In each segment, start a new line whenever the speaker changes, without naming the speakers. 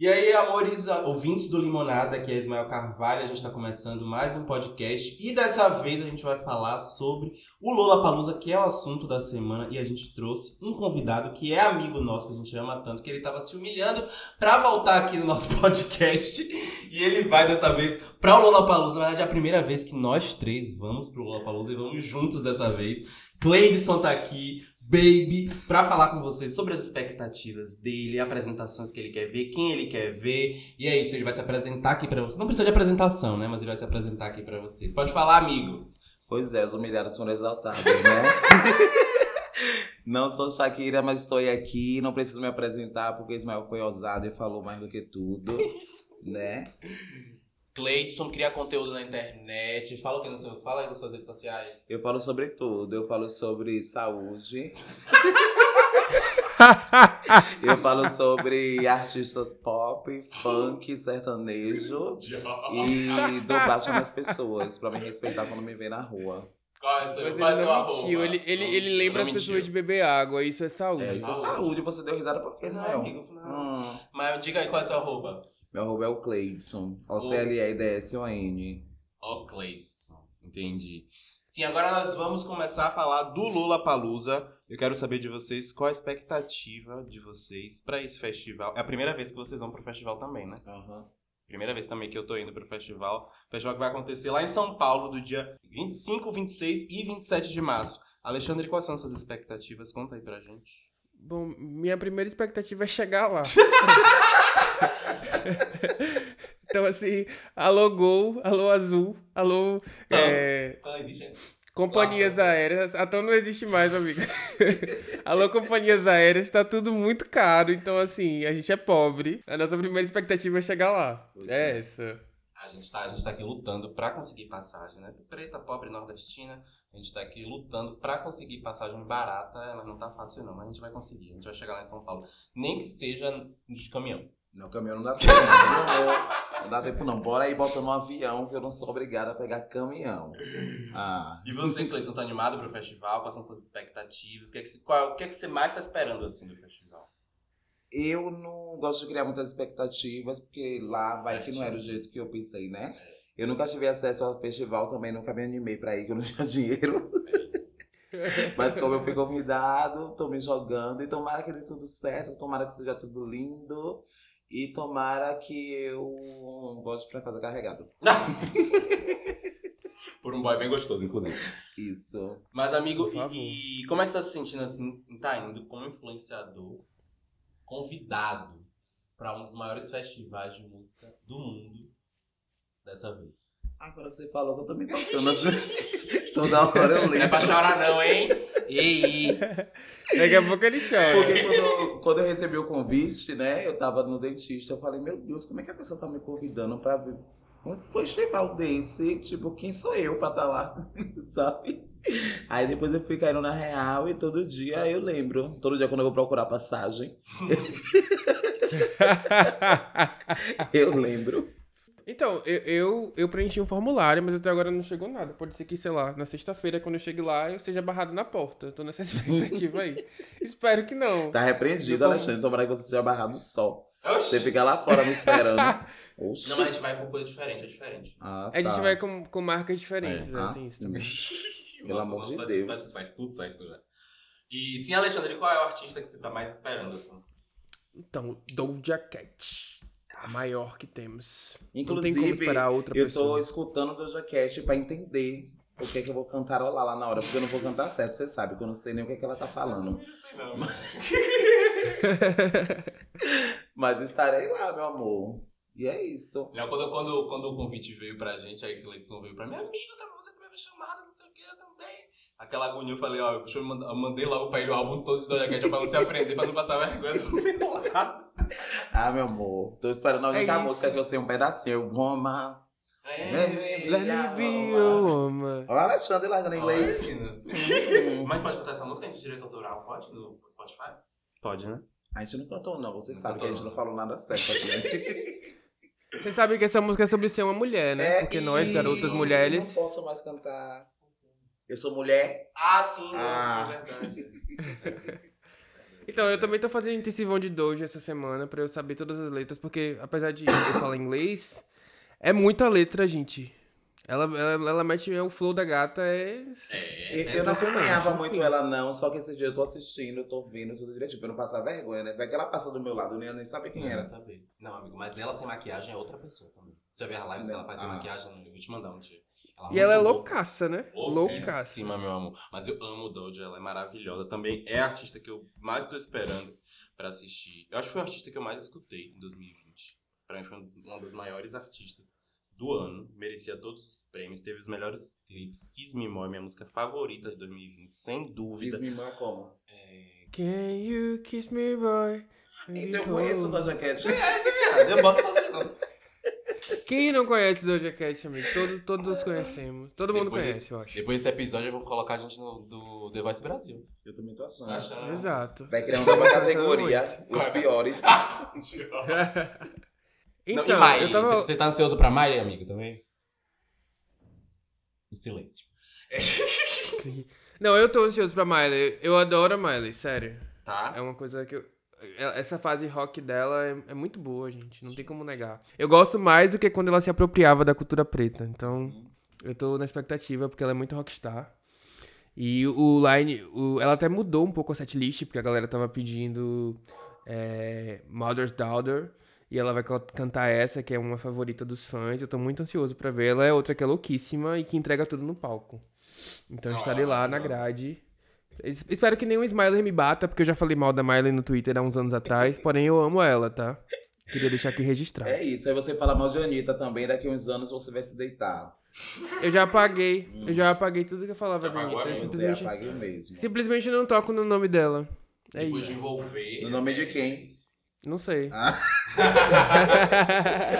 E aí, amores, ouvintes do Limonada, aqui é Ismael Carvalho, a gente está começando mais um podcast e dessa vez a gente vai falar sobre o Lola Palusa, que é o assunto da semana, e a gente trouxe um convidado que é amigo nosso, que a gente ama tanto, que ele estava se humilhando para voltar aqui no nosso podcast e ele vai dessa vez para o Lola Palusa. Na verdade, é a primeira vez que nós três vamos para o Lola Palusa e vamos juntos dessa vez. Cleidson tá aqui, Baby, para falar com vocês sobre as expectativas dele, apresentações que ele quer ver, quem ele quer ver. E é isso, ele vai se apresentar aqui para vocês. Não precisa de apresentação, né? Mas ele vai se apresentar aqui para vocês. Pode falar, amigo.
Pois é, os humilhados foram exaltados, né? não sou Shakira, mas estou aqui. Não preciso me apresentar porque Ismael foi ousado e falou mais do que tudo, né?
Cleidson cria conteúdo na internet. Fala o que não Fala aí nas suas redes sociais.
Eu falo sobre tudo. Eu falo sobre saúde. eu falo sobre artistas pop, funk, sertanejo.
é
e dou baixa nas pessoas pra me respeitar quando me vê na rua.
Qual é seu,
Mas
qual é
ele
seu
não
arroba?
mentiu, ele, ele, ele
Não
lembra as
mentiu.
pessoas de beber água, isso é saúde.
É, isso é saúde. Você deu risada por quê,
Não, é
Ismael?
amigo, não.
Hum,
Mas diga aí qual é seu arroba.
meu arroba é o Cleidson. O-C-L-E-I-D-S-O-N.
Ó, Cleidson. Entendi. Sim, agora nós vamos começar a falar do Lula Palusa. Eu quero saber de vocês qual a expectativa de vocês pra esse festival. É a primeira vez que vocês vão pro festival também, né?
Aham.
Primeira vez também que eu tô indo pro festival. Festival que vai acontecer lá em São Paulo do dia 25, 26 e 27 de março. Alexandre, quais são suas expectativas? Conta aí pra gente.
Bom, minha primeira expectativa é chegar lá. então, assim, alô Gol, alô Azul, alô
Tá.
é,
Ela existe ainda?
companhias aéreas. Até não existe mais, amiga. alô companhias aéreas, tá tudo muito caro. Então, assim, a gente é pobre. A nossa primeira expectativa é chegar lá.
Pois
É essa.
A gente, tá, a gente tá aqui lutando pra conseguir passagem, né? Preta, pobre, nordestina. A gente tá aqui lutando pra conseguir passagem barata, mas não tá fácil não. Mas a gente vai conseguir, a gente vai chegar lá em São Paulo. Nem que seja de caminhão.
Não, caminhão não dá tempo. não, não dá tempo não. Bora aí botando um avião que eu não sou obrigada a pegar caminhão. Ah,
E você, Cleiton, tá animado pro festival? Quais são suas expectativas? O que é que, você- qual, é- o que, é que você mais tá esperando, assim, do festival?
Eu não gosto de criar muitas expectativas, porque lá vai que não era do jeito que eu pensei, né? Eu nunca tive acesso ao festival também, nunca me animei pra ir, que eu não tinha dinheiro.
É isso.
Mas como eu fui convidado, tô me jogando. E tomara que dê tudo certo, tomara que seja tudo lindo. E tomara que eu volte pra casa carregado.
Por um boy bem gostoso, inclusive.
Isso.
Mas, amigo,
Por favor.
e, e como é que você tá se sentindo assim, em tá indo como influenciador, convidado pra um dos maiores festivais de música do mundo dessa vez?
Agora que você falou que eu tô me tocando assim. Toda hora eu
Não é pra
lembro.
chorar, não, hein? Ei!
Daqui a pouco ele chora.
é.
Porque quando eu, quando eu recebi o convite, né? Eu tava no dentista, eu falei, meu Deus, como é que a pessoa tá me convidando pra ver? Um festival desse, tipo, quem sou eu pra tá lá? Sabe? Aí depois eu fui caindo na real e todo dia eu lembro. Todo dia quando eu vou procurar passagem, eu lembro.
Então, eu, eu, eu preenchi um formulário, mas até agora não chegou nada. Pode ser que, sei lá, na sexta-feira, quando eu chegue lá, eu seja barrado na porta. Eu tô nessa expectativa aí. Espero que não.
Tá repreendido, Alexandre. Tomara que você seja barrado do sol. Você
Oxi!
fica lá fora me esperando. Oxi.
Não, mas a gente vai por coisa diferente, é diferente.
Ah,
A gente
tá.
vai com, com marcas diferentes, né?
Ah,
Tem isso
sim.
também.
Pelo amor de
tá-
Deus.
Tá tudo certo, tudo certo já. E sim, Alexandre, qual é o artista que você tá mais esperando, assim?
Então, Doja Cat. A maior que temos. não tem como
Inclusive,
esperar outra
Eu tô
pessoa.
escutando o Doja Cat pra entender o que é que eu vou cantarolar lá na hora, porque eu não vou cantar certo, você sabe, que eu não sei nem o que é que ela tá falando.
Não sei não.
Mas estarei lá, meu amor. E é isso.
Não, quando, quando, quando o convite veio pra gente, aí que o Leidson veio pra mim, amigo, tá, você também vai chamada, não sei o que, eu também. Aquela agonia, eu falei, ó, deixa eu mandar, eu mandei logo pra ele o álbum todo de Doja Cat, pra você aprender, pra não passar vergonha do meu lado.
Ah, meu amor. Tô esperando alguém
É
com a
isso.
música que eu sei um pedacinho. Roma.
É,
Let me be your woman.
Olha o Alexandre largando inglês.
Olha, é, Mas pode cantar essa música de direito autoral, pode, no Spotify? Pode, né?
A gente não cantou, não. Você
Não
sabe que
cantou,
a gente não
não.
falou nada certo aqui.
Você sabe que essa música é sobre ser uma mulher,
É,
né? Porque nós,
e
garotas
Não
mulheres.
posso mais cantar. Eu sou mulher.
Ah, sim, não,
Ah.
sim, é verdade.
Então, eu também tô fazendo intensivão de dojo essa semana pra eu saber todas as letras, porque apesar de eu falar inglês, é muita letra, gente. Ela, ela, ela mete é o flow da gata, é.
Eu, eu não acompanhava muito ela, não, só que esse dia eu tô assistindo, eu tô vendo tudo direitinho, pra eu não passar vergonha, né? Porque ela passa do meu lado, eu nem, nem sabia quem
Não,
era.
Ah.
quero saber. Não, amigo, mas ela sem maquiagem é outra pessoa também. Você vê as lives que ela faz sem maquiagem, eu vou te mandar um dia.
E ela é
muito
loucaça, né? Loucaça.
Louquíssima, meu amor. Mas eu amo o Doja, ela é maravilhosa. Também é a artista que eu mais tô esperando pra assistir. Eu acho que foi a artista que eu mais escutei em 2020. Pra mim foi um dos- uma das maiores artistas do ano. Merecia todos os prêmios, teve os melhores clipes. Kiss Me More, minha música favorita de 2020, sem
Fiz
dúvida.
minha irmã como?
Can you kiss me, boy?
Então eu conheço o Doja Cat. É,
Eu boto pra televisão.
Quem não conhece Doja Cat, amigo? Todo, todos conhecemos. Todo mundo
Depois-
conhece, eu acho.
Depois desse episódio eu vou colocar a gente no do The Voice Brasil.
Eu também tô
Tá
achando.
Acha?
Exato.
Vai criar uma nova
Tá
categoria, os piores.
Então,
Então,
e Miley?
eu tava.
Você tá ansioso pra Miley, amigo, também? O silêncio.
Não, eu tô ansioso pra Miley. Eu adoro a Miley, sério.
Tá?
É uma coisa que eu. é- Essa fase rock dela é, é muito boa, gente. Não tem como negar. Eu gosto mais do que quando ela se apropriava da cultura preta. Então, eu tô na expectativa, porque ela é muito rockstar. E o line. o- ela até mudou um pouco a setlist, porque a galera tava pedindo é, Mother's Daughter. E ela vai co- cantar essa, que é uma favorita dos fãs. Eu tô muito ansioso pra ver. Ela é outra que é louquíssima e que entrega tudo no palco. Então eu
Ah,
estarei lá na
não.
grade. Es- Espero que nenhum Smiler me bata, porque eu já falei mal da Miley no Twitter há uns anos atrás. Porém, eu amo ela, tá? Queria deixar aqui registrado.
É isso, aí você fala mal de Anitta também, daqui a uns anos você vai se deitar.
Eu já apaguei. Eu já apaguei tudo que eu falava
Já
de
apagou
Anitta.
a
Eu um
mente,
Você
simplesmente,
apaga mesmo.
simplesmente não toco no nome dela. É
Depois é de
isso.
envolver.
No nome de quem?
Não sei.
Ah.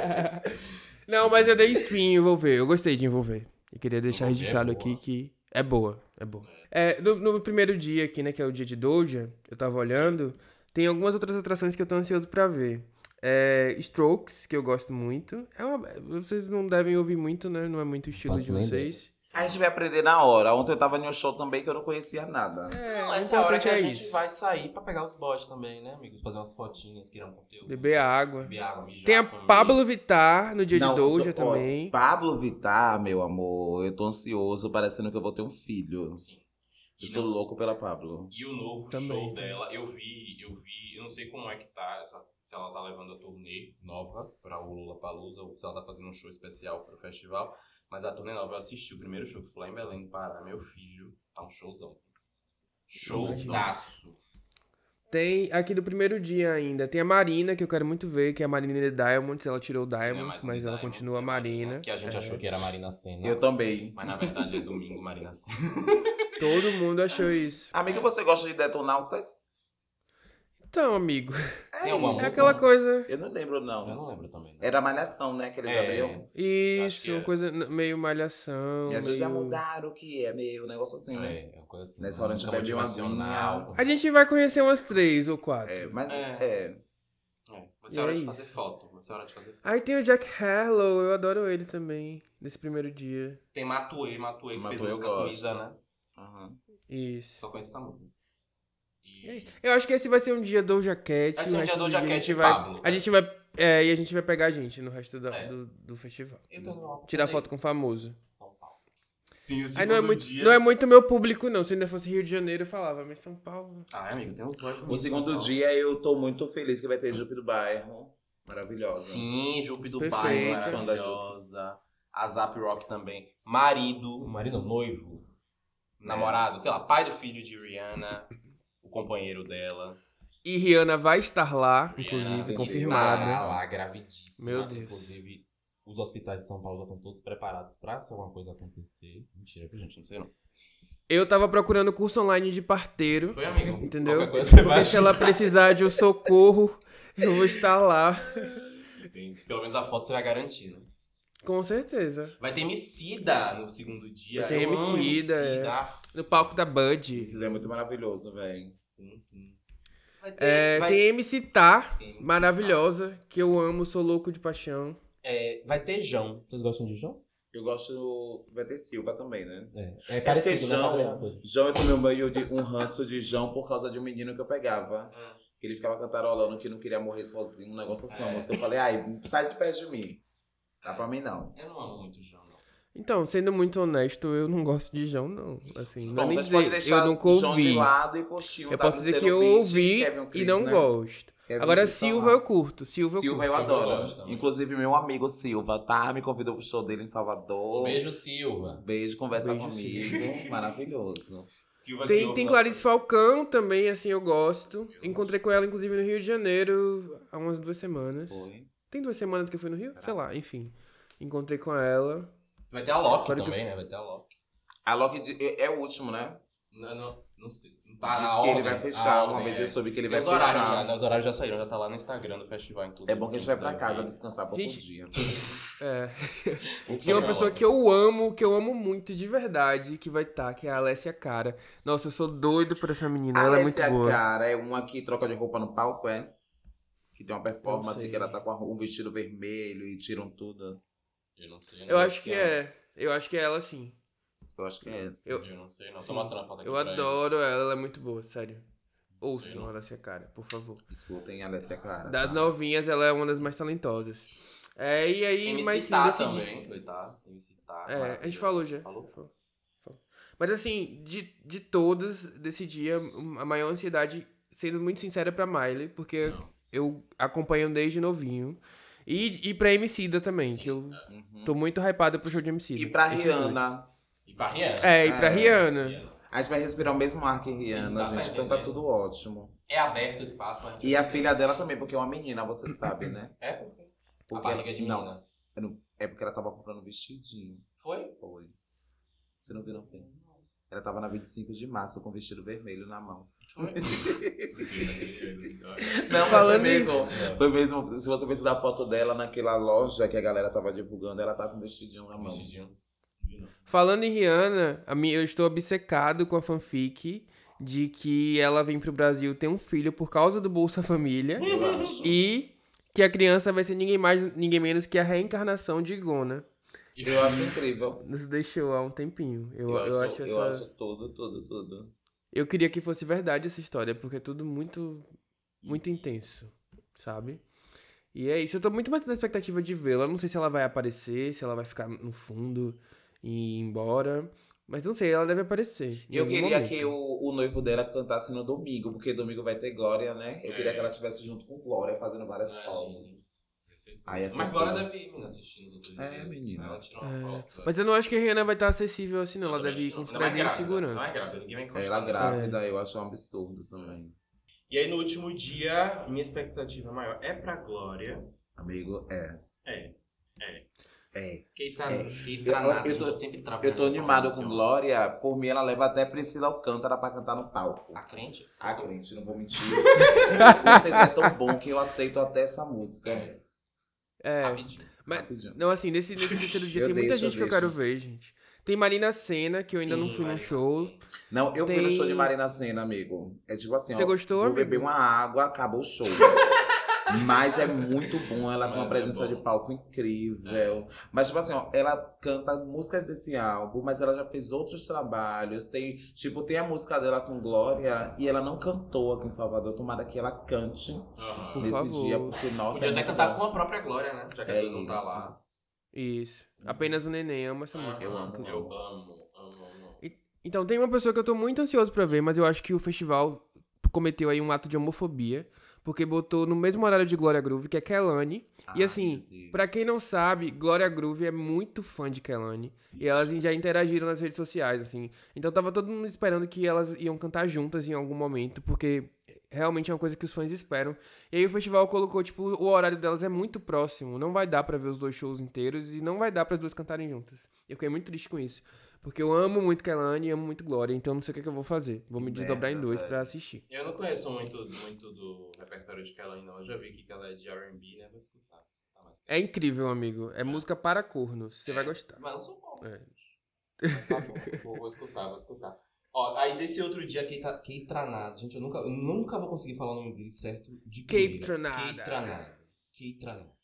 não, mas eu dei stream em envolver. Eu gostei de envolver. E queria deixar
Envolver é
registrado
boa.
aqui que é boa. É boa. É, no, no primeiro dia aqui, né, que é o dia de Doja, eu tava olhando, tem algumas outras atrações que eu tô ansioso pra ver. É, Strokes, que eu gosto muito. É uma- vocês não devem ouvir muito, né? Não é muito o estilo
Faço
de
nem
vocês.
A gente vai aprender na hora. Ontem eu tava em um show também que eu não conhecia nada.
É,
Não,
o
essa é a hora que a
importante é
gente
isso.
vai sair pra pegar os bots também, né, amigos? Fazer umas fotinhas, criar um conteúdo.
Beber água.
Beber água, mijar.
Tem a
comer.
Pablo Vittar no dia
Não,
de Doja
só- ó,
também.
Pablo Vittar, meu amor, eu tô ansioso, parecendo que eu vou ter um filho.
Sim.
Eu
E,
sou
no-
louco pela Pablo.
e o novo
Também,
show
também.
dela, eu vi, eu vi, eu não sei como é que tá, essa- se ela tá levando a turnê nova pra o Lula Palusa, ou se ela tá fazendo um show especial pro festival, mas a turnê nova eu assisti o primeiro show que foi lá em Belém, Pará, meu filho, tá um showzão. Showzaço.
Tem aqui do primeiro dia ainda. Tem a Marina, que eu quero muito ver, que é a Marina de Diamonds. Ela tirou o Diamonds,
Não é mais
mas,
um
ela
Diamonds,
continua
é
a Marina.
Que a gente
É.
achou que era Marina Senna.
Eu também.
Mas na verdade é domingo, Marina Senna.
Todo mundo achou isso.
Amigo, você gosta de detonautas?
Então, amigo,
Tem alguma
Ei,
é
música?
aquela coisa.
Eu não lembro,
Eu
não.
não lembro também.
É
né?
Era malhação, né, que eles
É.
abriam.
Acho que é.
Isso,
era.
uma coisa n- meio malhação.
Me ajude a
meio-
mudar o que é, meu, um negócio assim, né?
É, é uma coisa assim.
Nessa
uma
hora a gente
música
bebe uma
motivacional.
vinha.
A gente vai conhecer umas três ou quatro.
É, mas
É.
é.
É, vai
E
ser hora
é
de fazer
isso.
foto. Vai ser hora de fazer foto.
Aí tem o Jack Harlow, eu adoro ele também, nesse primeiro dia.
Tem Matuê, Matuê, que fez
Matuê eu
música com
gosto.
Isa, né?
Aham.
Isso.
Só conheço essa música. E...
E é isso. Eu acho que esse vai ser um dia Doja Cat.
Vai ser um
o
dia
resto do
Doja
a
Cat
gente
e
vai-
Pablo.
A gente vai... É, e a gente vai pegar a gente no resto da-
É.
do, do festival.
Eu tô indo lá pra
Tirar
fazer
foto com
isso.
famoso.
São Paulo. Sim, o
Aí
segundo
não é, muito,
dia...
não é muito meu público, não. Se ainda fosse Rio de Janeiro, eu falava, mas São Paulo.
Ah, amigo, tem uns dois
O segundo dia eu tô muito feliz que vai ter Jupe do Bairro. Maravilhosa.
Sim, Jupe do
Perfeito.
Pai,
Fã da
maravilhosa. A Zap Rock também.
Hum.
Marido, marido não, noivo,
É.
namorado, sei lá, pai do filho de Rihanna, o companheiro dela.
E Rihanna vai estar lá,
Rihanna,
inclusive,
que
confirmada.
Está lá, gravidíssima.
Meu Deus.
Inclusive, os hospitais de São Paulo já estão todos preparados pra se alguma coisa acontecer. Mentira, viu, gente? Não sei não.
Eu tava procurando curso online de parteiro.
Foi, amigo.
Entendeu?
Qualquer coisa você vai
Porque se ela precisar de um socorro, eu vou estar lá.
Entende? Pelo menos a foto você vai garantir, né?
Com certeza.
Vai ter Emicida no segundo dia.
Vai ter
Eu amo
Emicida, é.
Ah,
No palco da Bud.
Isso é muito maravilhoso, velho.
Sim, sim. Vai ter...
É,
vai
tem MC Tá,
ter Emicida.
maravilhosa, que eu amo, sou louco de paixão.
É, vai ter Jão. Vocês gostam de Jão?
Eu gosto do VT Silva também, né?
É, é parecido, né?
João-
Quase a mesma coisa.
João, eu tomei um banho de um ranço de João por causa de um menino que eu pegava.
Ah.
Que ele ficava cantarolando que não queria morrer sozinho, um negócio assim, uma
É.
música. Eu falei, ai, sai de perto de mim. Dá pra mim não.
Eu não amo muito o João, não.
Então, sendo muito honesto, eu não gosto de João, não. Assim, não é
Bom,
nem
mas pode
dizer,
deixar
eu nunca
João de
ouvi.
lado e coxinho, tá
Eu posso dizer que eu ouvi e
né?
né?
não gosto. Agora,
ah.
Silva eu curto. Silva
tá
eu
Silva eu
curto.
Silva eu
adoro.
gosto também.
Inclusive, meu amigo Silva, tá? Me convidou pro show dele em Salvador.
Um beijo, Silva.
Beijo, conversa
Beijo,
comigo. Maravilhoso.
Silva
Tem,
Diogo,
tem
nossa.
Clarice Falcão também, assim, eu gosto. Encontrei com ela, inclusive, no Rio de Janeiro há umas duas semanas.
Foi.
Tem duas semanas que eu fui no Rio? Sei lá, enfim. Encontrei com ela.
Vai ter a Loki
Claro que
também,
eu-
né? Vai ter a Loki.
A Loki de- é é o último, né?
Não, não, não sei. Não tá
Diz
a
que
ordem,
ele vai
a
fechar. Uma
ordem,
vez
é.
eu soube que ele
Tem
vai
os horários já,
fechar.
né? Os horários já saíram, já tá lá no Instagram do festival, inclusive.
É bom que a gente vai pra casa
Gente,
descansar por um
Gente,
dia.
É.
Vamos
E uma
falar,
pessoa
Loki.
que eu amo, que eu amo muito de verdade, que vai estar, que é a Alessia Cara. Nossa, eu sou doido por essa menina, ela é muito
Alessia
boa.
cara é uma que troca de roupa no palco, é? Que tem uma
Não
performance
sei.
que ela tá com a ro- um vestido vermelho e tiram tudo.
Eu não sei. né?
Eu acho que é. Eu acho que é ela sim.
Eu acho que é essa.
Eu, não sei, não. Tô mostrando a foto aqui.
Eu
pra ele.
adoro ela, ela é muito boa, sério.
Sei
Ouçam
não.
a Alessia Cara, por favor.
Escutem a Alessia Cara.
Das
tá?
novinhas, ela é uma das mais talentosas. É, e aí,
Tem
mas
MC
sim,
Tá
decidi-
também, coitado. Tem MC Tá.
É, a gente
maravilhoso.
falou já.
Falou?
Mas assim, de, de todas, desse dia, a maior ansiedade, sendo muito sincera, é pra Miley, porque
Não.
eu acompanho desde novinho. E, e pra Emicida também, que eu
Uhum.
tô muito hypado pro show de Emicida.
E pra
Esses dois.
Rihanna.
E pra Rihanna.
É, e pra
É,
Rihanna.
A gente vai respirar o mesmo ar que Rihanna,
Exatamente.
gente. Então tá tudo ótimo.
É aberto o espaço, mas gente
E a
não-
filha dela também, porque é uma menina, você sabe, né?
É porque. A
Porque
barriga de
não,
menina.
É porque ela tava comprando um vestidinho.
Foi?
Foi. Você não viu, não foi? Ela tava na 25 de março com um vestido vermelho na mão. Não,
Falando
Falando mesmo. Foi mesmo. Se você precisar da foto dela naquela loja que a galera tava divulgando, ela tava com um vestidinho na mão.
Vestidinho.
Falando em Rihanna, a minha- eu estou obcecado com a fanfic de que ela vem pro Brasil ter um filho por causa do Bolsa Família.
Eu acho.
E que a criança vai ser ninguém mais, ninguém menos que a reencarnação de Gona.
Eu acho incrível.
Nos deixou há um tempinho. Eu, eu, acho essa.
eu acho tudo, tudo, tudo.
eu queria que fosse verdade essa história, porque é tudo muito. Muito intenso, sabe? E é isso. Eu tô muito mais na expectativa de vê-la. Eu Não sei se ela vai aparecer, se ela vai ficar no fundo e ir embora. Mas não sei, ela deve aparecer. em
Eu
algum
queria
momento.
que o, o noivo dela cantasse no domingo, porque domingo vai ter Glória, né? Eu queria que ela estivesse junto com Glória, fazendo várias
Imagina.
fotos. Aí
Mas
essa é
agora
turma-
deve ir, menina, assistindo os outros
É,
dias.
menina.
Ela tirou
É,
uma foto.
Mas eu não acho que a Rihanna vai estar acessível assim, não.
Eu
Ela
também
deve ir
acho que
com
não.
os
Não é
trazinhos de
grávida,
segurança.
Não é grávida, ninguém vai encostar.
Ela
nela.
grávida, eu acho um absurdo também.
E aí no último dia, minha expectativa maior é pra Glória.
Amigo, é.
É.
É.
Quem tá,
É.
quem
Eu-
tá
eu
Nada,
tô-
gente, sempre trabalho
Eu tô animado
informação.
com Glória, por mim ela leva até Priscila Alcântara pra cantar no palco.
A crente?
Ah, crente, não vou mentir. Você é tão bom que eu aceito até essa música.
É.
É.
Rapidinho.
Mas-
Rapidinho.
Não, assim, nesse, nesse terceiro dia
Eu
tem muita
deixo, eu
gente que eu
deixo.
quero ver, gente. Tem Marina Senna, que eu ainda não
Sim,
fui num
Marina,
show.
sim.
Não, eu fui no
Tem-
show de Marina Senna, amigo. É tipo assim,
Você
ó,
gostou,
vou
amigo?
beber uma água, acabou o show. Mas é muito bom, ela tem uma
Mas é
presença
bom.
de palco incrível. Mas, tipo assim, ó, ela canta músicas desse álbum, mas ela já fez outros trabalhos. Tem, tipo, tem a música dela com Glória e ela não cantou aqui em Salvador. Tomara que ela cante
Aham.
Por
nesse
favor.
dia, porque, nossa.
Podia
é
até
muito
cantar
bom.
com a própria Glória, né? Já que
É
a Jesus não tá
isso.
lá.
Isso. Apenas o Neném ama essa música.
Aham,
amo.
Uhum. Eu amo, amo, amo.
Então, tem uma pessoa que eu tô muito ansioso pra ver, mas eu acho que o festival cometeu aí um ato de homofobia, porque botou no mesmo horário de Glória Groove, que é Kelani. e
Ai,
assim,
meu Deus.
pra quem não sabe, Glória Groove é muito fã de Kelani. E elas já interagiram nas redes sociais, assim. Então tava todo mundo esperando que elas iam cantar juntas em algum momento, porque realmente é uma coisa que os fãs esperam. E aí o festival colocou, tipo, o horário delas é muito próximo. Não vai dar pra ver os dois shows inteiros e não vai dar para as duas cantarem juntas. Eu fiquei muito triste com isso. Porque eu amo muito Kelani e amo muito Glória, então não sei o que, é que eu vou fazer. Vou me
Que
desdobrar em
merda,
dois
velho.
pra assistir.
Eu não conheço muito, muito do repertório de Kelly, não. Eu já vi que ela é de R&B, né? Vou escutar. Vou escutar mais
É incrível, amigo. É música para cornos. Você
É,
vai gostar.
Mas não sou bom.
É.
Mas tá bom, vou, vou escutar, vou escutar. Ó, aí desse outro dia, Keita- Keitranada. Gente, eu nunca, eu nunca vou conseguir falar o nome dele certo de primeira.
Keitranada.
Keitranada. Keitranada.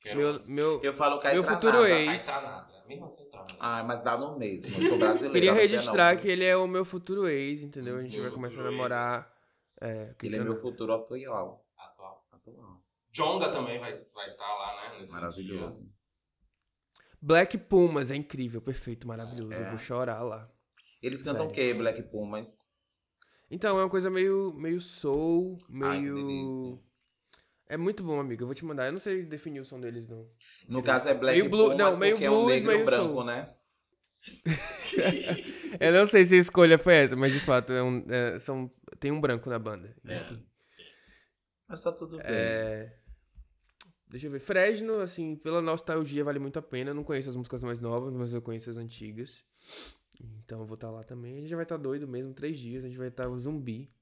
Quero
Meu,
outros.
meu,
Eu falo que é
meu futuro é
Aí
ex.
tá nada. Mesmo assim, eu travo.
Ah, mas dá no mesmo. Eu sou brasileiro.
Queria
não tem
registrar
não.
que ele é o meu futuro ex, entendeu? A gente
Meu
vai começar a
futuro ex.
namorar. É,
Ele é meu futuro atual.
Atual.
Atual.
Jonga também vai estar vai tá lá, né? nesse dia.
É Maravilhoso.
Black Pumas, é incrível, perfeito, maravilhoso.
É.
Eu vou chorar lá.
Eles cantam o quê, Black Pumas?
Então, é uma coisa meio, meio soul,
Ai, que
meio.
delícia.
é muito bom, amigo. Eu vou te mandar. Eu não sei definir o som deles, não.
No caso é Black
Meio blu-
Pumas,
não, meio
porque
blues,
é um negro
meio
branco,
soul.
né?
Eu não sei se a escolha foi essa, mas de fato é um, é, são, tem um branco na banda.
É.
Enfim.
Mas tá tudo bem.
É, Deixa eu ver. Fresno, assim, pela nostalgia vale muito a pena. Eu não conheço as músicas mais novas, mas eu conheço as antigas. Então eu vou estar lá também. A gente já vai estar doido mesmo, três dias. A gente vai estar zumbi.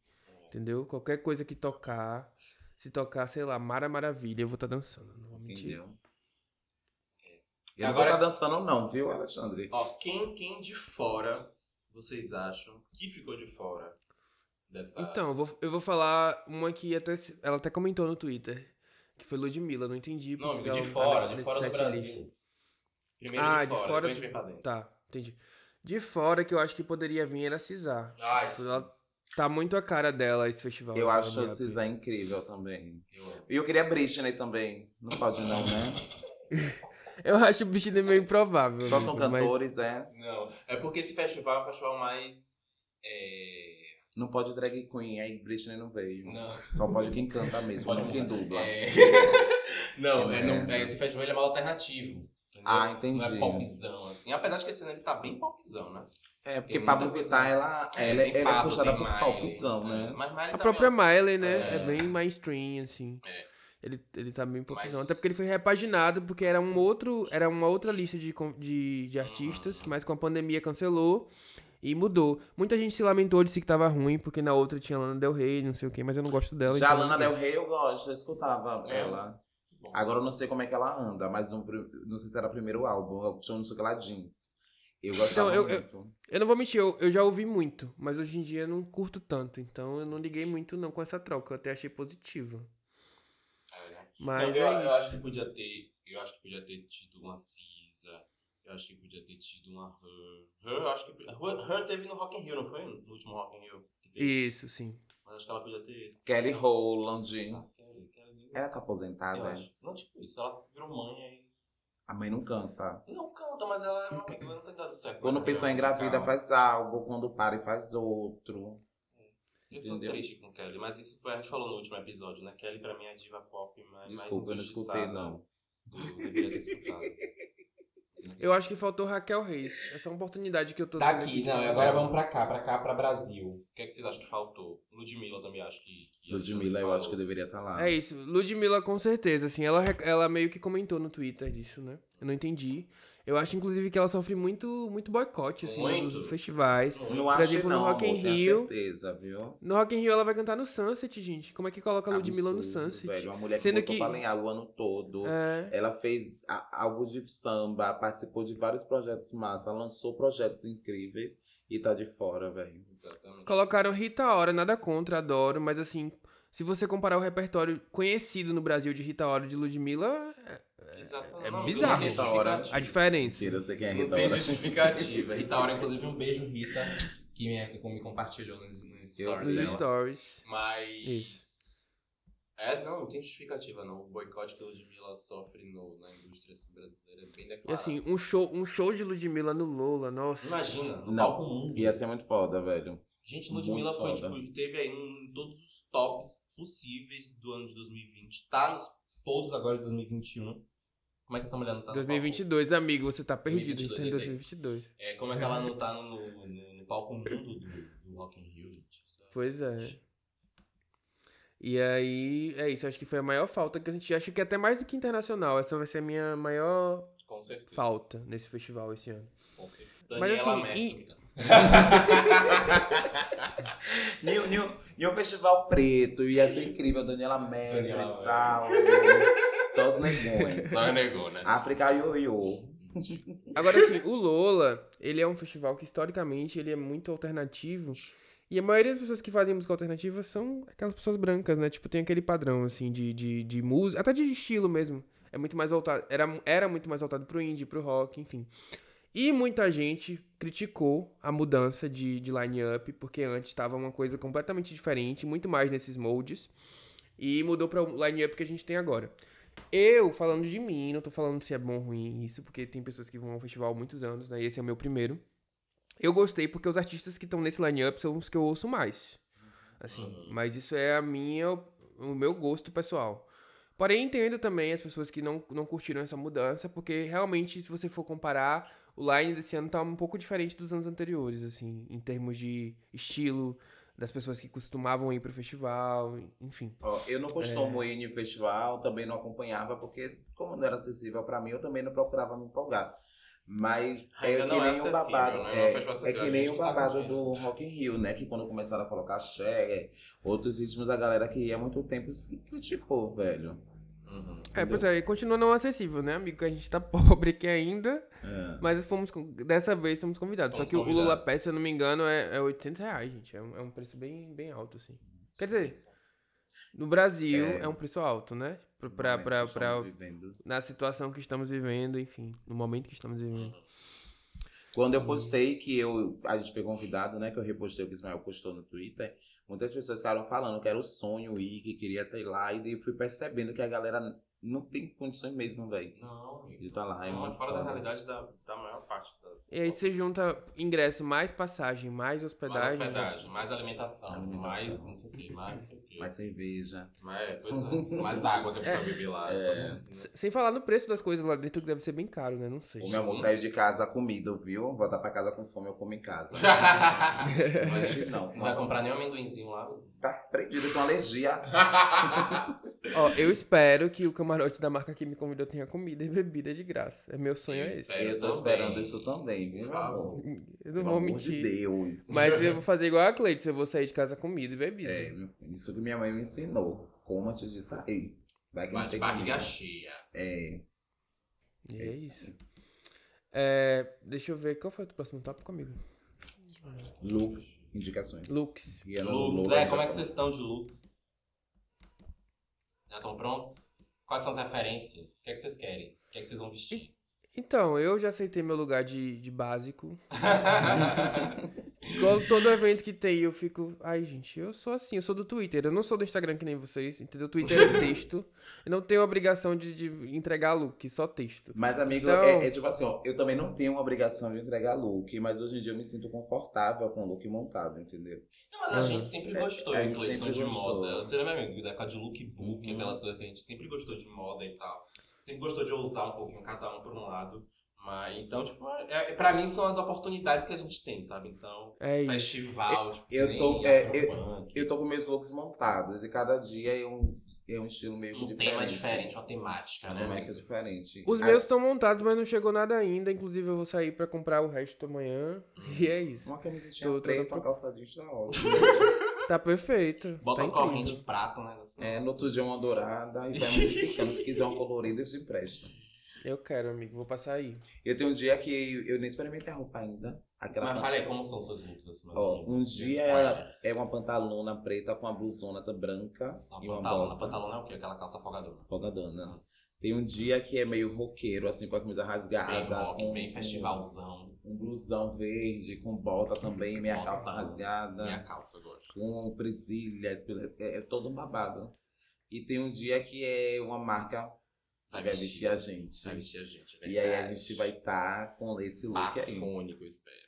Entendeu? Qualquer coisa que tocar. Se tocar, sei lá, Mara Maravilha, eu vou estar dançando. Não vou mentir.
Entendeu? Eu
Agora-
não vou tá dançando não, viu, Alexandre?
Ó, quem, quem de fora vocês acham que ficou de fora dessa.
Então, eu vou, eu vou falar uma que até, se- ela até comentou no Twitter. Que foi Ludmilla, não entendi.
não, amigo, de
porque ela não tá
fora,
nesse-
de fora do
nesse
Brasil.
setlist.
Primeiro
Ah,
de fora, depois
do-
vem pra dentro.
Tá, entendi. De fora que eu acho que poderia vir era Cisar.
Ai,
Ela tá muito a cara dela esse festival.
Eu
esse
acho a
line-up.
Cisa incrível também.
eu amo.
E eu queria Britney também. Não pode não, né?
Eu acho o Britney meio improvável.
Só são
amigo, mas-
cantores, é.
Não, é porque esse festival é um festival mais. É...
Não pode drag queen, aí Britney não veio.
Não.
Só pode quem canta mesmo,
Pode
não quem dubla.
É... não, é, não- é, esse festival ele é mais alternativo. Entendeu?
Ah, entendi.
Não é popzão, assim. Apesar de que esse ano ele tá bem popzão, né?
É, porque
Tem
Pablo
muita
Vittar,
coisa.
ela, ela,
tem
ela é
Pablo,
puxada
tem
por
Miley,
palpição,
né?
né?
Mas Miley
A
também
própria Miley, né?
É.
É, bem mainstream, assim.
É.
Ele, ele tá bem popzão.
Mas-
Até porque ele foi repaginado, porque era um outro. Era uma outra lista de, con- de, de artistas,
Ah.
mas com a pandemia cancelou e mudou. Muita gente se lamentou, disse que tava ruim, porque na outra tinha Lana Del Rey, não sei o quê, mas eu não gosto dela.
Já a
então-
Lana Del Rey eu gosto, eu escutava
É.
ela.
Bom.
Agora eu não sei como é que ela anda, mas no pri- não sei se era o primeiro álbum, eu um chamo isso que lá jeans. Eu gostava
Então, eu- eu-
muito.
Eu não vou mentir, eu, eu já ouvi muito, mas hoje em dia eu não curto tanto, então eu não liguei muito não com essa troca, eu até achei positivo.
É, né?
Mas
eu, eu-
é
eu
isso.
acho que podia ter. Eu acho que podia ter tido uma Cisa. Eu acho que podia ter tido uma Her. Her, eu acho que. Her, Her teve no Rock in Rio, não foi? No último Rock in Rio. que teve.
Isso, sim.
Mas acho que ela podia ter ido.
Kelly Rowland.
Ah, Kelly, Kelly.
Ela tá
Eu
aposentada.
acho. Não, tipo isso, ela virou mãe aí.
A mãe não canta.
Não canta, mas ela é uma amiga, ela não tem dado certo. né?
Quando o pessoal engravida,
É Calma.
faz algo. Quando para, faz outro.
Eu tô
entendeu?
triste com Kelly, mas isso foi, a gente falou no último episódio, né? Kelly pra mim é a diva pop mais.
Desculpa, eu
mais
não escutei,
injustiçada
não.
do- Eu deveria ter escutado.
Eu acho que faltou Raquel Reis. Essa é uma oportunidade que eu tô dando
Daqui,
aqui.
É.
não, e agora vamos pra cá, pra cá, pra Brasil. O que é que vocês acham que faltou? Ludmilla eu também acho que. que
Ludmilla, eu acho que deveria estar lá.
É isso, Ludmilla com certeza, assim, ela, rec- ela meio que comentou no Twitter disso, né? Eu não entendi. Eu acho, inclusive, que ela sofre muito, muito boicote, assim,
Muito.
dos festivais.
Não
Por
acho
exemplo, no
não,
Rock in
amor, tenho
Rio-
certeza, viu?
No Rock in Rio ela vai cantar no Sunset, gente. Como é que coloca a Ludmilla no
Absurdo,
Sunset?
Velho. Uma mulher
Sendo
que botou
que-
pra lenhar o ano todo.
É,
Ela fez a- algo de samba, participou de vários projetos massa, lançou projetos incríveis e tá de fora, velho.
Exatamente.
Colocaram Rita Ora, nada contra, adoro, mas assim, se você comparar o repertório conhecido no Brasil de Rita Ora e de Ludmilla,
Exatamente.
é
Não, não
bizarro.
tem
Rita Ora.
justificativa.
a diferença.
Tira, você quem é
Não
Rita
tem
Ora.
justificativa. Rita Ora, inclusive, um beijo, Rita, que me, que me compartilhou nos, nos stories
vi.
Nos
dela.
stories.
Mas. É, não, não tem justificativa, não. O boicote que a Ludmilla sofre no, na indústria assim, brasileira é bem
E
declarado.
assim, um show, um show de Ludmilla no Lola, nossa.
Imagina, no
Não.
palco mundo.
Ia ser muito foda, velho.
Gente, Ludmilla
Muito
foi,
foda.
tipo, teve aí em todos os tops possíveis do ano de 2020. Tá nos polls agora de 2021. Como é que essa mulher não tá no palco?
2022, amigo, você tá perdido, a gente tá em
2022,
2022.
É, como é que ela não tá no, no, no palco mundo do, do Rock in Rio, gente? Isso é-
Pois é. E aí, é isso, acho que foi a maior falta que eu senti. Acho que até mais do que internacional, essa vai ser a minha maior
Com certeza.
falta nesse festival esse ano.
Com certeza.
Mas
Daniela
assim,
Mercury.
em-
cara.
E um- e um- e um festival preto, ia ser incrível. Daniela
Daniela
Mercury,
Mercury.
Sal, só os negões.
Só negou, né?
África Yoyo.
Agora assim, o Lola, ele é um festival que historicamente ele é muito alternativo. E a maioria das pessoas que fazem música alternativa são aquelas pessoas brancas, né? Tipo, tem aquele padrão, assim, de, de, de música, até de estilo mesmo. É muito mais voltado. Era, era muito mais voltado pro indie, pro rock, enfim. E muita gente criticou a mudança de, de line-up, porque antes estava uma coisa completamente diferente, muito mais nesses moldes. E mudou para o line-up que a gente tem agora. Eu, falando de mim, não tô falando se é bom ou ruim isso, porque tem pessoas que vão ao festival há muitos anos, né? E esse é o meu primeiro. Eu gostei porque os artistas que estão nesse line-up são os que eu ouço mais. Assim, mas isso é a minha, o meu gosto pessoal. Porém, entendo também as pessoas que não, não curtiram essa mudança, porque realmente, se você for comparar, o line desse ano tá um pouco diferente dos anos anteriores, assim, em termos de estilo, das pessoas que costumavam ir pro festival, enfim.
Ó, eu não costumo
É.
ir em festival, também não acompanhava, porque como não era acessível pra mim, eu também não procurava me empolgar. Mas é
Ainda
que
não é
nem o
acessível,
babado,
né? É um
é,
festival
é
acessível,
que
a
nem
gente
o
que tá
babado
curtindo.
do Rock in Rio, né? Que quando começaram a colocar xé, outros ritmos, a galera que ia há muito tempo se criticou, velho.
Uhum.
É, pois é, e continua não acessível, né, amigo? Que a gente tá pobre aqui ainda,
É.
mas fomos, con- dessa vez somos convidados.
Fomos
Só que o
convidados.
Lula Pass, se eu não me engano, é, é 800 reais, gente. É um, é um preço bem, bem alto, assim. Quer dizer, no Brasil é,
É.
um preço alto, né? Pra, pra, pra,
Estamos
pra-
vivendo.
na situação que estamos vivendo, enfim, no momento que estamos vivendo.
Quando
Hum.
eu postei que eu, a gente foi convidado, né? Que eu repostei o que o Ismael postou no Twitter, muitas pessoas ficaram falando que era o sonho ir, que queria estar lá, e daí eu fui percebendo que a galera não tem condições mesmo, velho.
Não, amigo.
De estar lá. É
Não,
muito
fora da
foda.
realidade da, da maior parte da
E aí você junta ingresso, mais passagem, mais
mais
hospedagem. né?
hospedagem, mais alimentação,
Alimentação.
mais não sei o que, mais não sei o que.
Mais cerveja.
Mais, pois é, mais água que a pessoa beber lá.
É.
S- Sem falar no preço das coisas lá dentro, que deve ser bem caro, né? Não sei.
O meu amor saiu de casa comido, viu? Voltar pra casa com fome, eu como em casa. Hoje não.
Não vai comprar nem um amendoinzinho lá.
Tá prendido com alergia.
Ó, eu espero que o camarote da marca que me convidou tenha comida e bebida de graça. É meu sonho é
Isso,
esse.
é.
eu tô
também.
esperando isso também, viu, meu amor?
Eu não
Pelo
vou
amor
mentir.
de Deus.
Mas eu vou fazer igual a Cleiton, eu vou sair de casa comida e bebida.
É, meu filho, isso que minha mãe me ensinou. Como antes de sair. Vai
Vai
que né? não
de
tem
barriga
comida.
cheia.
É.
E é
É
isso. É, deixa eu ver qual foi o próximo tópico, amigo.
Looks, indicações.
Looks.
E ela não
Looks,
loura,
é,
já
como é
tá-
que vocês estão de looks? Já estão prontos? Quais são as referências? O que é que vocês querem? O que é que vocês vão vestir?
Então, eu já aceitei meu lugar de, de básico. Igual todo evento que tem, eu fico. Ai, gente, eu sou assim, eu sou do Twitter. Eu não sou do Instagram que nem vocês, entendeu? Twitter é texto. Eu não tenho obrigação de, de entregar look, só texto.
Mas, amigo,
Então-
é, é tipo assim, ó, eu também não tenho uma obrigação de entregar look, mas hoje em dia eu me sinto confortável com o look montado, entendeu?
Não, mas a
Uhum.
gente sempre
É,
gostou
a
de
gente
coleção
sempre
de
gostou.
moda. Você lembra, amigo, da época de lookbook,
Uhum.
aquelas coisas que a gente sempre gostou de moda e tal. Sempre gostou de ousar um pouquinho, cada um por um lado. Mas, então, tipo, é, é- pra mim são as oportunidades que a gente tem, sabe? Então,
É isso.
festival, tipo,
eu
tem
tô- é, eu-
afropunk,
Eu tô com meus looks montados e cada dia é um, é um estilo meio que
um tema diferente, uma temática, né,
Né?
amigo?
diferente.
Os
Ah,
meus estão montados, mas não chegou nada ainda. Inclusive, eu vou sair pra comprar o resto amanhã. E é isso.
Uma camisetinha
Tô- tô-
preta,
tô-
uma calça jeans da hora.
Tá perfeito.
Bota um
tá
uma corrente
incrível.
prata, né?
é, no outro dia uma dourada e vai modificando. Se quiser uma colorida, eu te empresto.
Eu quero, amigo. Vou passar aí.
Eu tenho um dia que eu nem experimentei a roupa ainda. Aquela
Mas fala aí, como são seus looks, assim, mais
Ó,
ou
um
menos?
dia
Spoiler.
é uma pantalona preta com uma blusona tá branca e
Uma
uma
pantalona.
bota
Pantalona é o quê? Aquela calça folgadona.
folgadona. Tem um dia que é meio roqueiro, assim, com a camisa
Bem
rasgada.
rock,
com
bem festivalzão.
Um, um blusão verde, com bota também, meia
Bota
calça
também.
rasgada,
Minha calça, eu gosto.
com presilhas, é, é todo um babado. E tem um dia que é uma marca que
Vai
vai
vestir.
vestir a gente.
Vai vestir a gente, é
E aí a
verdade.
gente vai é estar com esse look aí.
Bafônico, eu espero.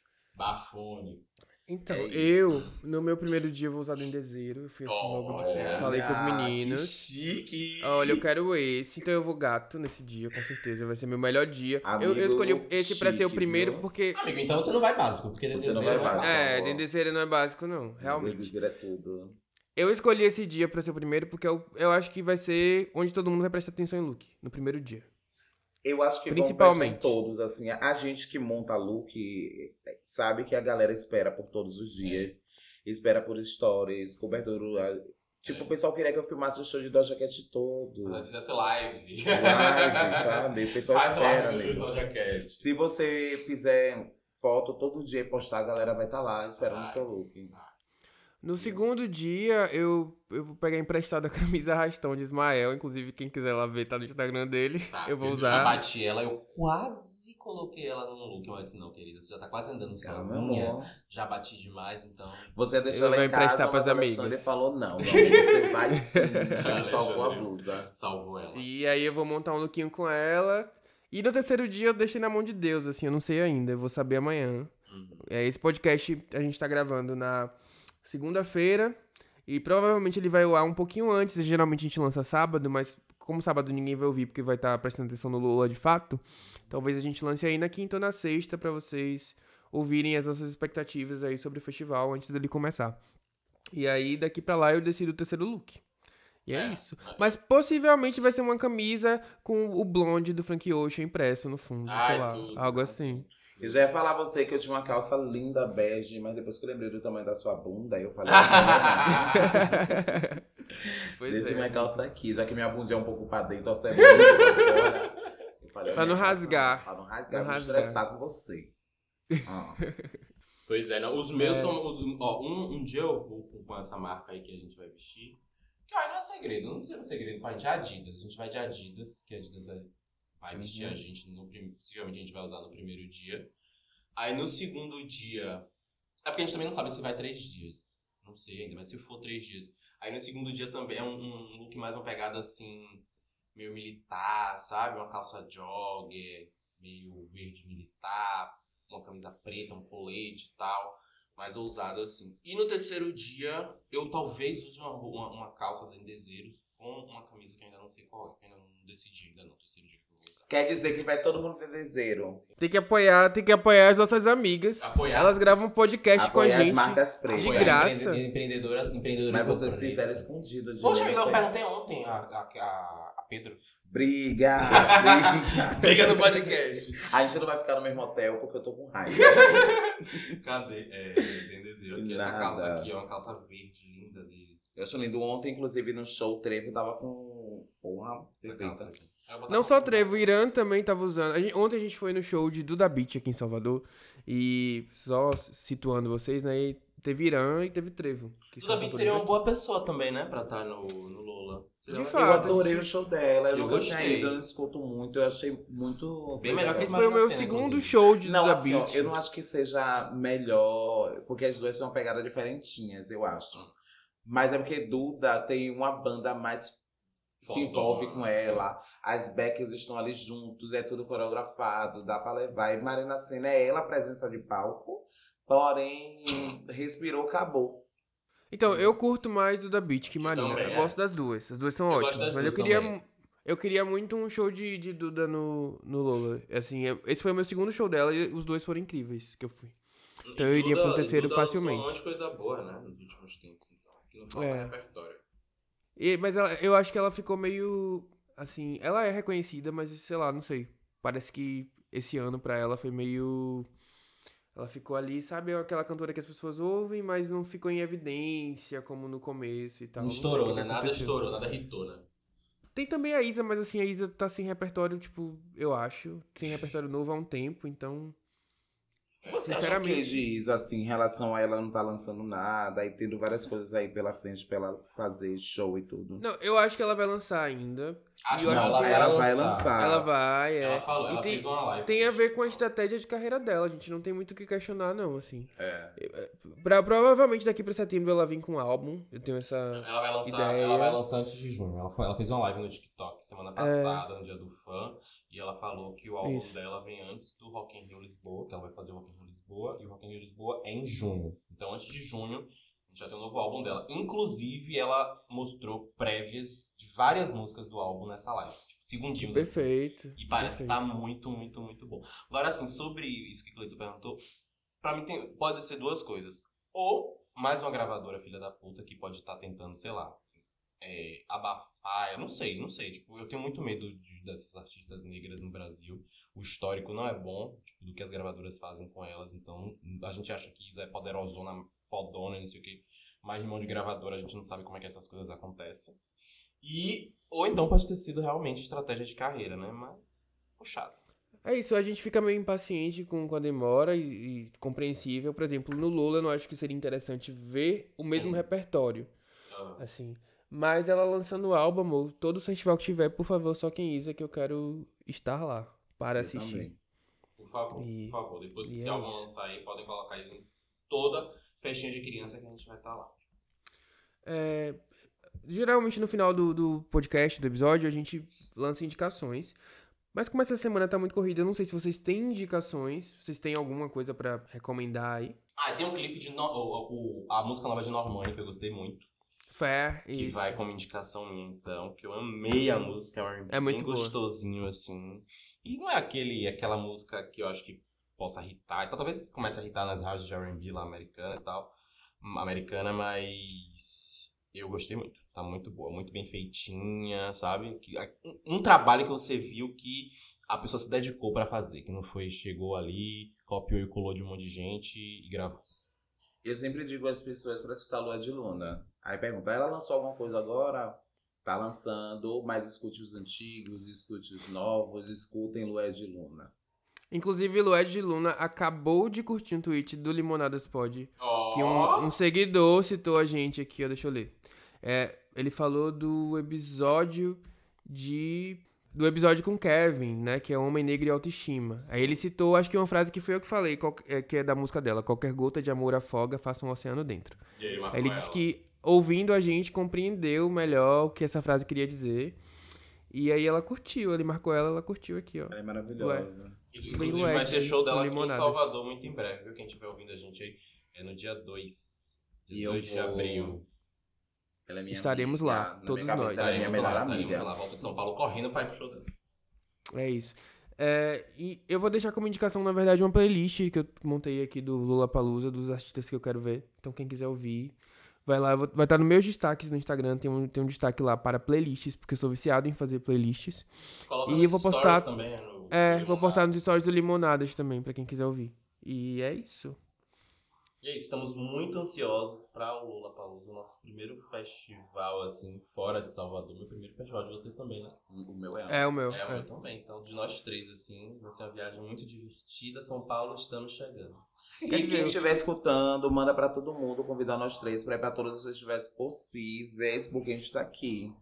Bafônico.
Então,
É isso.
eu, no meu primeiro dia, eu vou usar dendezeiro. Eu fui assim logo.
Olha.
Falei com os
Ah, que
meninos.
chique!
Olha, eu quero esse, então eu vou gato nesse dia, com certeza. Vai ser meu melhor dia. Eu- eu,
Amigo
escolhi esse pra ser o
chique,
primeiro
viu?
porque.
Amigo, então você não vai básico, porque
Você não
desenho
vai
é
básico.
É,
bom.
dendezeiro não é básico, não, realmente.
Dizer é tudo.
Eu escolhi esse dia pra ser o primeiro porque eu, eu acho que vai ser onde todo mundo vai prestar atenção em look, no primeiro dia.
Eu acho que
Principalmente.
principalmente vão prestar em todos assim, a gente que monta look eh, sabe que a galera espera por todos os dias, espera por stories, cobertura, ah, tipo
É.
o pessoal queria que eu filmasse o show de Doja Cat todo,
Se
live,
fizesse live.
sabe? O pessoal
Faz
espera,
live do
né?
Jutão Jaquete.
Se você fizer foto todo dia e postar, a galera vai estar tá lá esperando
Vai.
o seu look.
No segundo dia, eu, eu vou pegar emprestado a camisa arrastão de Ismael. Inclusive, quem quiser lá ver, tá no Instagram dele.
Tá,
eu vou
Eu
usar.
bati ela, eu quase coloquei ela num look. Eu disse, não, querida, você já tá quase andando
Calma,
sozinha.
amor.
Já bati demais, então.
Você deixou
Eu
ela
vou
em casa,
emprestar pras
mas Alexandre
amigas.
falou não, não, você vai sim. Ele salvou a
Alexandre.
blusa.
Salvou ela.
E aí eu vou montar um lookinho com ela. E no terceiro dia eu deixei na mão de Deus, assim, eu não sei ainda, eu vou saber amanhã.
Uhum.
É, esse podcast a gente tá gravando na segunda-feira. E provavelmente ele vai ao ar um pouquinho antes. Geralmente a gente lança sábado, mas como sábado ninguém vai ouvir porque vai estar prestando atenção no Lula de fato, talvez a gente lance aí na quinta ou na sexta pra vocês ouvirem as nossas expectativas aí sobre o festival antes dele começar. E aí daqui pra lá eu decido o terceiro look. E é,
É,
isso.
é.
Mas possivelmente vai ser uma camisa com o blonde do Frank Ocean impresso no fundo,
Ai,
sei lá,
tudo. né,
algo assim.
E já ia falar a você que eu tinha uma calça linda bege, mas depois que eu lembrei do tamanho da sua bunda, aí eu falei, ah,
pois
deixa
é.
minha calça aqui, já que minha bunda é um pouco pra dentro, você é muito pra fora. Eu falei,
Pra não
minha calça,
rasgar.
Pra não rasgar,
Não
eu vou
rasgar.
estressar com você. Ah.
Pois é, não, os meus
É.
são. os- ó, um, um dia eu vou com- com essa marca aí que a gente vai vestir. Que aí não é segredo, não precisa de segredo pra gente. É Adidas. A gente vai de Adidas, que a Adidas é- vai vestir
Uhum.
a gente. No, prim- possivelmente a gente vai usar no primeiro dia. Aí no segundo dia. É porque a gente também não sabe se vai três dias. Não sei ainda, mas se for três dias. Aí no segundo dia também é um, um look mais uma pegada assim. Meio militar, sabe? Uma calça jogger, meio verde militar, uma camisa preta, um colete e tal, mais ousado assim. E no terceiro dia, eu talvez use uma, uma, uma calça da Endezeiros com uma camisa que eu ainda não sei qual é, que eu ainda não decidi ainda não, terceiro dia que eu vou usar.
Quer dizer que vai todo mundo ter desejo.
Tem que apoiar, tem que apoiar as nossas amigas.
Apoiar.
Elas gravam podcast com a
Apoiar as
gente.
marcas pretas.
de graça.
Empreendedoras, empreendedoras.
Mas vocês fizeram escondido, gente.
Poxa, amigo, eu perguntei ontem a, a, a, a Pedro.
Briga, briga.
Briga no podcast.
A gente não vai ficar no mesmo hotel porque eu tô com raiva.
Cadê? É, Endezeiros. aqui, Essa
Nada.
calça aqui é uma calça verde linda deles.
Eu acho lindo. Ontem, inclusive, no show, o Trevo tava com. Porra,
Essa calça
perfeita.
aqui. Aí eu vou botar
Não só
uma-
Trevo, o Irã também tava usando. A gente- ontem a gente foi no show de Duda Beat aqui em Salvador. E só situando vocês, né? e teve Irã e teve Trevo. que
Duda
são
Beat
compositores
seria um uma
daqui.
boa pessoa também, né? Pra estar no, no Lola. Seria
De
uma-
fato.
Eu adorei o show dela. Eu,
Eu
nunca tinha
gostei.
ido, eu não escuto muito. Eu achei muito.
Bem melhor que
Esse
legal.
foi o meu
Cena,
segundo
inclusive.
show de
Não,
Duda
assim, ó,
Beat.
eu não acho que seja melhor, porque as duas são uma pegada diferentinhas, eu acho.
Ah.
Mas é porque Duda tem uma banda mais se
Fodona.
envolve com ela. As Beckers estão ali juntos, é tudo coreografado, dá pra levar. E Marina Senna é ela a presença de palco, porém respirou, acabou.
Então, eu curto mais Duda Beat que Marina.
também,
eu
é.
gosto das duas. As duas são
Eu gosto
ótimas.
das
Mas eu
duas
queria.
também.
Eu queria muito um show de, de Duda no, no Lola. Assim, eu- esse foi o meu segundo show dela e os dois foram incríveis que eu fui. Então eu iria pro terceiro facilmente.
Lançou um monte de coisa boa, né? Nos últimos tempos, então. Que não falta
É.
é. repertório.
E- mas ela- eu acho que ela ficou meio. Assim, ela é reconhecida, mas sei lá, não sei. Parece que esse ano pra ela foi meio. Ela ficou ali, sabe, é aquela cantora que as pessoas ouvem, mas não ficou em evidência, como no começo e tal.
não
sei o
estourou,
que
né?
que
Nada
aconteceu.
estourou, nada hitou, né?
Tem também a Isa, mas assim, a Isa tá sem repertório, tipo, eu acho. Sem repertório novo há um tempo, então.
Você acha o
Sinceramente.
que de Isa, assim, em relação a ela não tá lançando nada, e tendo várias coisas aí pela frente pra ela fazer show e tudo?
Não, eu acho que ela vai lançar ainda.
Acho
eu
que
acho
ela,
que
ela vai lançar.
Ela vai, é.
Ah, Ela falou,
E
ela
tem-
fez uma live.
Tem a ver com a estratégia de carreira dela, gente. Não tem muito o que questionar, não, assim.
É.
Pra, provavelmente daqui pra setembro ela vem com um álbum. Eu tenho essa.
Ela vai, lançar,
Ideia. É.
ela vai lançar antes de junho. Ela, foi- ela fez uma live no TikTok semana passada, no dia do fã. E ela falou que o álbum
Isso.
dela vem antes do Rock in Rio Lisboa, que ela vai fazer o Rock in Rio Lisboa. E o Rock in Rio Lisboa é em junho. Então, antes de junho, a gente já tem um novo álbum dela. Inclusive, ela mostrou prévias de várias músicas do álbum nessa live. Tipo, segundinhos. assim.
Perfeito.
E parece que tá muito, muito, muito bom. Agora, assim, sobre isso que Cleiton perguntou, pra mim tem- pode ser duas coisas. Ou mais uma gravadora filha da puta que pode estar tentando, sei lá, é, abafar, eu não sei, não sei. Tipo, eu tenho muito medo de- dessas artistas negras no Brasil. O histórico não é bom, tipo, do que as gravadoras fazem com elas. Então, a gente acha que Isa é poderosona, fodona, não sei o quê. Mas em mão de gravadora a gente não sabe como é que essas coisas acontecem. E, ou então pode ter sido realmente estratégia de carreira, né? Mas, puxado.
É isso, a gente fica meio impaciente com, com a demora e, e compreensível. Por exemplo, no Lola, eu não acho que seria interessante ver o mesmo
Sim.
repertório,
Ah,
assim. Mas ela lançando o álbum, amor, todo festival que tiver, por favor, só quem isa que eu quero estar lá para assistir.
Também.
por favor,
E-
por favor. Depois que
e
esse
é
álbum
isso.
lançar aí, podem colocar isso em toda festinha de criança que a gente vai estar lá.
É, geralmente no final do, do podcast, do episódio, a gente lança indicações. Mas como essa semana tá muito corrida, eu não sei se vocês têm indicações, vocês têm alguma coisa pra recomendar aí.
Ah, tem um clipe de. No... o- o- a música nova de Normani, que eu gostei muito.
Fé,
E
isso.
vai como indicação minha, então, que eu amei a música, é um R&B
É muito
bem
boa.
gostosinho, assim. E não é aquele, aquela música que eu acho que possa irritar. Então talvez comece a irritar nas rádios de R&B lá americanas e tal, hum, americana, mas eu gostei muito. Tá muito boa, muito bem feitinha, sabe? Que- a- um- Um trabalho que você viu que a pessoa se dedicou pra fazer, que não foi, chegou ali, copiou e colou de um monte de gente e gravou.
Eu sempre digo às pessoas pra escutar Lua de Luna. Aí pergunta, ela lançou alguma coisa agora? Tá lançando, mas escute os antigos, escute os novos, escutem Lua de Luna.
Inclusive, Lued de Luna acabou de curtir um tweet do Limonadas Pod, que um, um seguidor citou a gente aqui, ó, deixa eu ler. É, ele falou do episódio de... Do episódio com Kevin, né? Que é Homem Negro e Autoestima. Aí ele citou, acho que uma frase que foi eu que falei, qual- é, que é da música dela. Qualquer gota de amor afoga, faça um oceano dentro.
E aí, é
Aí ele disse que, ouvindo a gente, compreendeu melhor o que essa frase queria dizer. E aí ela curtiu, ele marcou ela, ela curtiu aqui, ó.
Ela é maravilhosa.
Inclusive vai
Led
ter show dela aqui em
Limonadas.
Salvador muito em breve, viu? Quem estiver ouvindo a gente aí é no dia 2.
E
Dia
eu
2 de
vou-
abril.
Ela é minha
Estaremos
amiga.
lá,
Na minha
todos
cabeça,
nós.
Ela é minha
Estaremos
melhor
lá, estaremos
amiga.
lá, volta de São Paulo correndo pra ir pro show dela.
É isso. É, e eu vou deixar como indicação, na verdade, uma playlist que eu montei aqui do Lula Palusa, dos artistas que eu quero ver. Então, quem quiser ouvir, vai lá. eu vou- Vai estar nos meus destaques no Instagram. Tem um, tem um destaque lá para playlists, porque eu sou viciado em fazer playlists.
Coloca
E
nos
eu vou
stories
postar-
Também, é, no-
É,
no
vou
Limonadas.
postar nos stories do Limonadas também, pra quem quiser ouvir. E é isso.
E é isso, estamos muito ansiosos pra o Lula Palusa, nosso primeiro festival, assim, fora de Salvador. Meu primeiro festival de vocês também, né?
O meu é ela.
É o meu.
É, o
é.
meu também. Então, de nós três, assim, vai ser uma viagem muito divertida. São Paulo, estamos chegando.
E quem estiver escutando, manda pra todo mundo, convidar nós três pra ir pra todas as festivais possíveis, porque a gente tá aqui.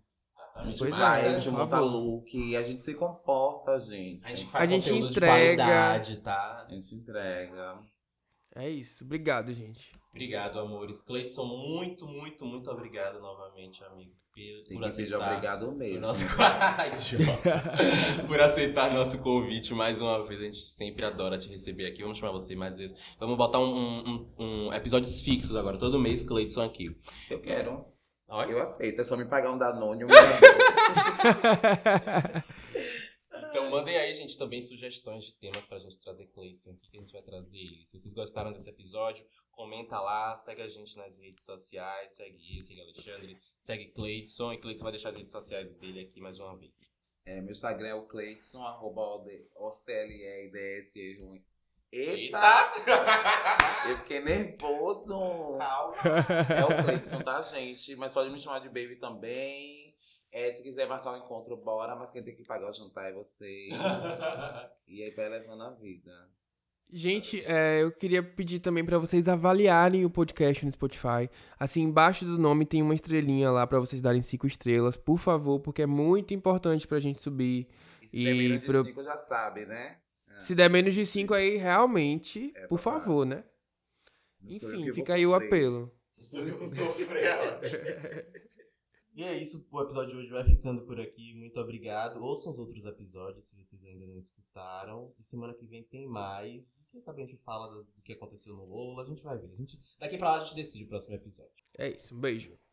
A gente
Exatamente.
Pois
vai,
é,
a gente
por
monta
favor.
look, a gente se comporta, gente.
A gente faz
A gente
conteúdo de
entrega.
qualidade, tá?
A gente entrega.
É isso. Obrigado, gente.
Obrigado, amores. Cleiton, muito, muito, muito obrigado novamente, amigo, pe-
Tem
por
que pedir
aceitar.
obrigado
o
mesmo. né?
Nosso... Idiota. por aceitar nosso convite mais uma vez. A gente sempre adora te receber aqui. Vamos chamar você mais vezes. Vamos botar um, um- um- um episódios fixos agora. Todo mês, Cleiton aqui.
Eu quero.
Olha.
Eu aceito. É só me pagar um danônimo. meu
Então mandem aí, gente, também sugestões de temas pra gente trazer Cleiton aqui, que a gente vai trazer ele. Se vocês gostaram desse episódio, comenta lá, segue a gente nas redes sociais, segue eu, segue Alexandre, segue Cleiton, e Cleiton vai deixar as redes sociais dele aqui mais uma vez.
É, meu Instagram é o Cleidson, arroba OD OCLEIDS ruim.
Eita!
um. Eita! Eu fiquei nervoso.
Calma.
É o Cleidson, tá, gente? Mas pode me chamar de Baby também. É, se quiser marcar um encontro, bora. Mas quem tem que pagar o jantar é você. e aí vai levando a vida.
Gente, é, eu queria pedir também pra vocês avaliarem o podcast no Spotify. Assim, embaixo do nome tem uma estrelinha lá pra vocês darem cinco estrelas, por favor, porque é muito importante pra gente subir.
E se
E
der menos de
pro-
cinco, já sabe, né?
Se der menos de cinco aí, realmente,
É,
por
babado.
favor, né?
Não sou eu
Enfim,
que vou
fica aí o
sofrer.
apelo.
Não sou eu que sofrer, é ó. E é isso, o episódio de hoje vai ficando por aqui. Muito obrigado. Ouçam os outros episódios se vocês ainda não escutaram. E semana que vem tem mais. E Quem sabe a gente fala das- do que aconteceu no Lola. A gente vai ver. A gente... Daqui pra lá a gente decide o próximo episódio.
É isso, um beijo.